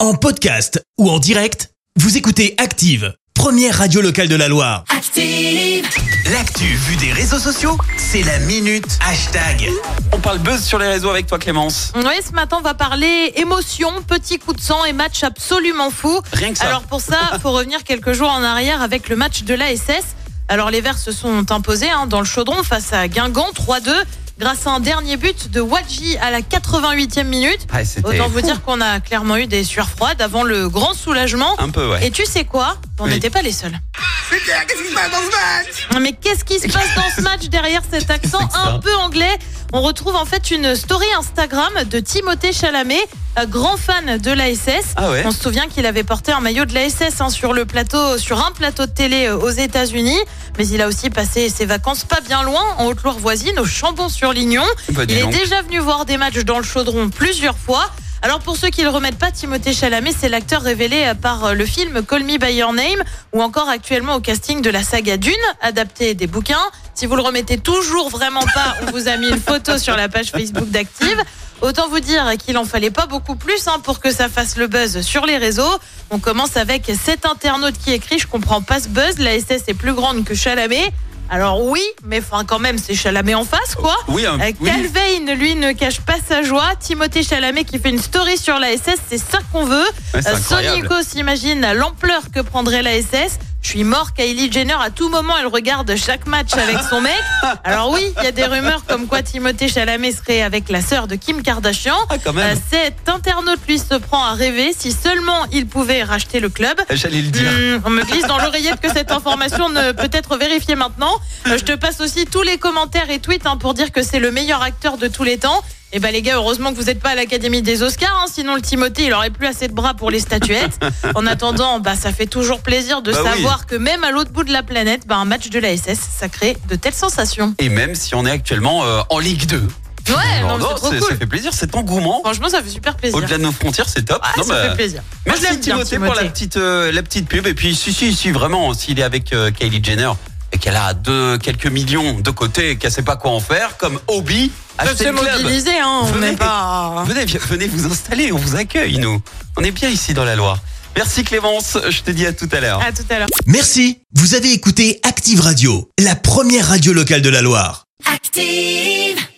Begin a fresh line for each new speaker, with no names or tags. En podcast ou en direct, vous écoutez Active, première radio locale de la Loire.
Active.
L'actu vue des réseaux sociaux, c'est la minute hashtag.
On parle buzz sur les réseaux avec toi Clémence.
Oui, ce matin, on va parler émotion, petit coup de sang et match absolument fou.
Rien que ça.
Alors pour ça, faut revenir quelques jours en arrière avec le match de l'ASS. Alors les Verts se sont imposés hein, dans le chaudron face à Guingamp 3-2 grâce à un dernier but de Wadji à la 88e minute.
Ah, c'était
Autant vous
fou.
dire qu'on a clairement eu des sueurs froides avant le grand soulagement.
Un peu, ouais.
Et tu sais quoi On
Oui.
n'était pas les seuls. Mais qu'est-ce qui se passe dans ce match derrière cet accent
C'est ça.
un peu anglais On retrouve en fait une story Instagram de Timothée Chalamet, euh, grand fan de l'ASS.
Ah ouais
On se souvient qu'il avait porté un maillot de l'ASS hein, sur le plateau, sur un plateau de télé euh, aux États-Unis, mais il a aussi passé ses vacances pas bien loin, en Haute-Loire voisine, au Chambon-sur-Lignon.
Bah, dis
Il est
donc.
déjà venu voir des matchs dans le chaudron plusieurs fois. Alors pour ceux qui ne le remettent pas, Timothée Chalamet, c'est l'acteur révélé euh, par le film Call Me By Your Name ou encore actuellement au casting de la saga Dune, adapté des bouquins. Si vous le remettez toujours vraiment pas, on vous a mis une photo sur la page Facebook d'Active. Autant vous dire qu'il en fallait pas beaucoup plus hein, pour que ça fasse le buzz sur les réseaux. On commence avec cet internaute qui écrit Je comprends pas ce buzz, la SS est plus grande que Chalamet. Alors oui, mais enfin quand même, c'est Chalamet en face quoi.
Oui, un-
Euh,
oui.
Calvane, lui, ne cache pas sa joie. Timothée Chalamet qui fait une story sur la SS, c'est ça qu'on veut.
Ouais, c'est
Euh,
incroyable.
Sonico s'imagine l'ampleur que prendrait la SS. Je suis mort, Kylie Jenner, à tout moment, elle regarde chaque match avec son mec. Alors oui, il y a des rumeurs comme quoi Timothée Chalamet serait avec la sœur de Kim Kardashian.
Ah quand
Euh,
même,
cet internaute, lui, se prend à rêver. Si seulement il pouvait racheter le club,
j'allais le dire.
Hmm, on me glisse dans l'oreillette que cette information ne peut être vérifiée maintenant. Euh, je te passe aussi tous les commentaires et tweets hein, pour dire que c'est le meilleur acteur de tous les temps. Et ben les gars, heureusement que vous n'êtes pas à l'Académie des Oscars, hein, sinon le Timothée, il aurait plus assez de bras pour les statuettes. En attendant, bah, ça fait toujours plaisir de
Bah oui.
savoir que même à l'autre bout de la planète, bah, un match de la SS, ça crée de telles sensations.
Et même si on est actuellement euh, en Ligue 2.
Ouais,
Alors,
non, mais
non,
c'est trop
c'est- ça
cool.
fait plaisir, cet engouement.
Franchement, ça fait super plaisir.
Au-delà de nos frontières, c'est top.
Ah,
Non,
ça
bah,
fait plaisir. Moi, je
Merci
l'aime bien,
Timothée, pour la
Timothée.
petite, euh, la petite pub. Et puis, si, si, si, vraiment, s'il est avec euh, Kylie Jenner et qu'elle a deux, quelques millions de côté et qu'elle sait pas quoi en faire, comme hobby,
Peuvent
achetez
se
le club.
mobiliser, hein, on
Venez.
n'est pas.
Venez, vi- venez vous installer, on vous accueille, nous. On est bien ici dans la Loire. Merci Clémence, je te dis à tout à l'heure.
À tout à l'heure.
Merci, vous avez écouté Active Radio, la première radio locale de la Loire.
Active.